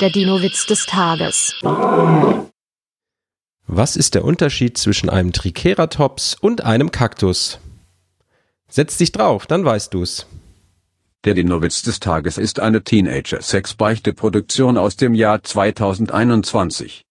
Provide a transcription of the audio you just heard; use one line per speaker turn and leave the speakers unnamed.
Der Dino-Witz des Tages.
Was ist der Unterschied zwischen einem Triceratops und einem Kaktus? Setz dich drauf, dann weißt du's.
Der Dinowitz des Tages ist eine Teenager-Sex-Beichte-Produktion aus dem Jahr 2021.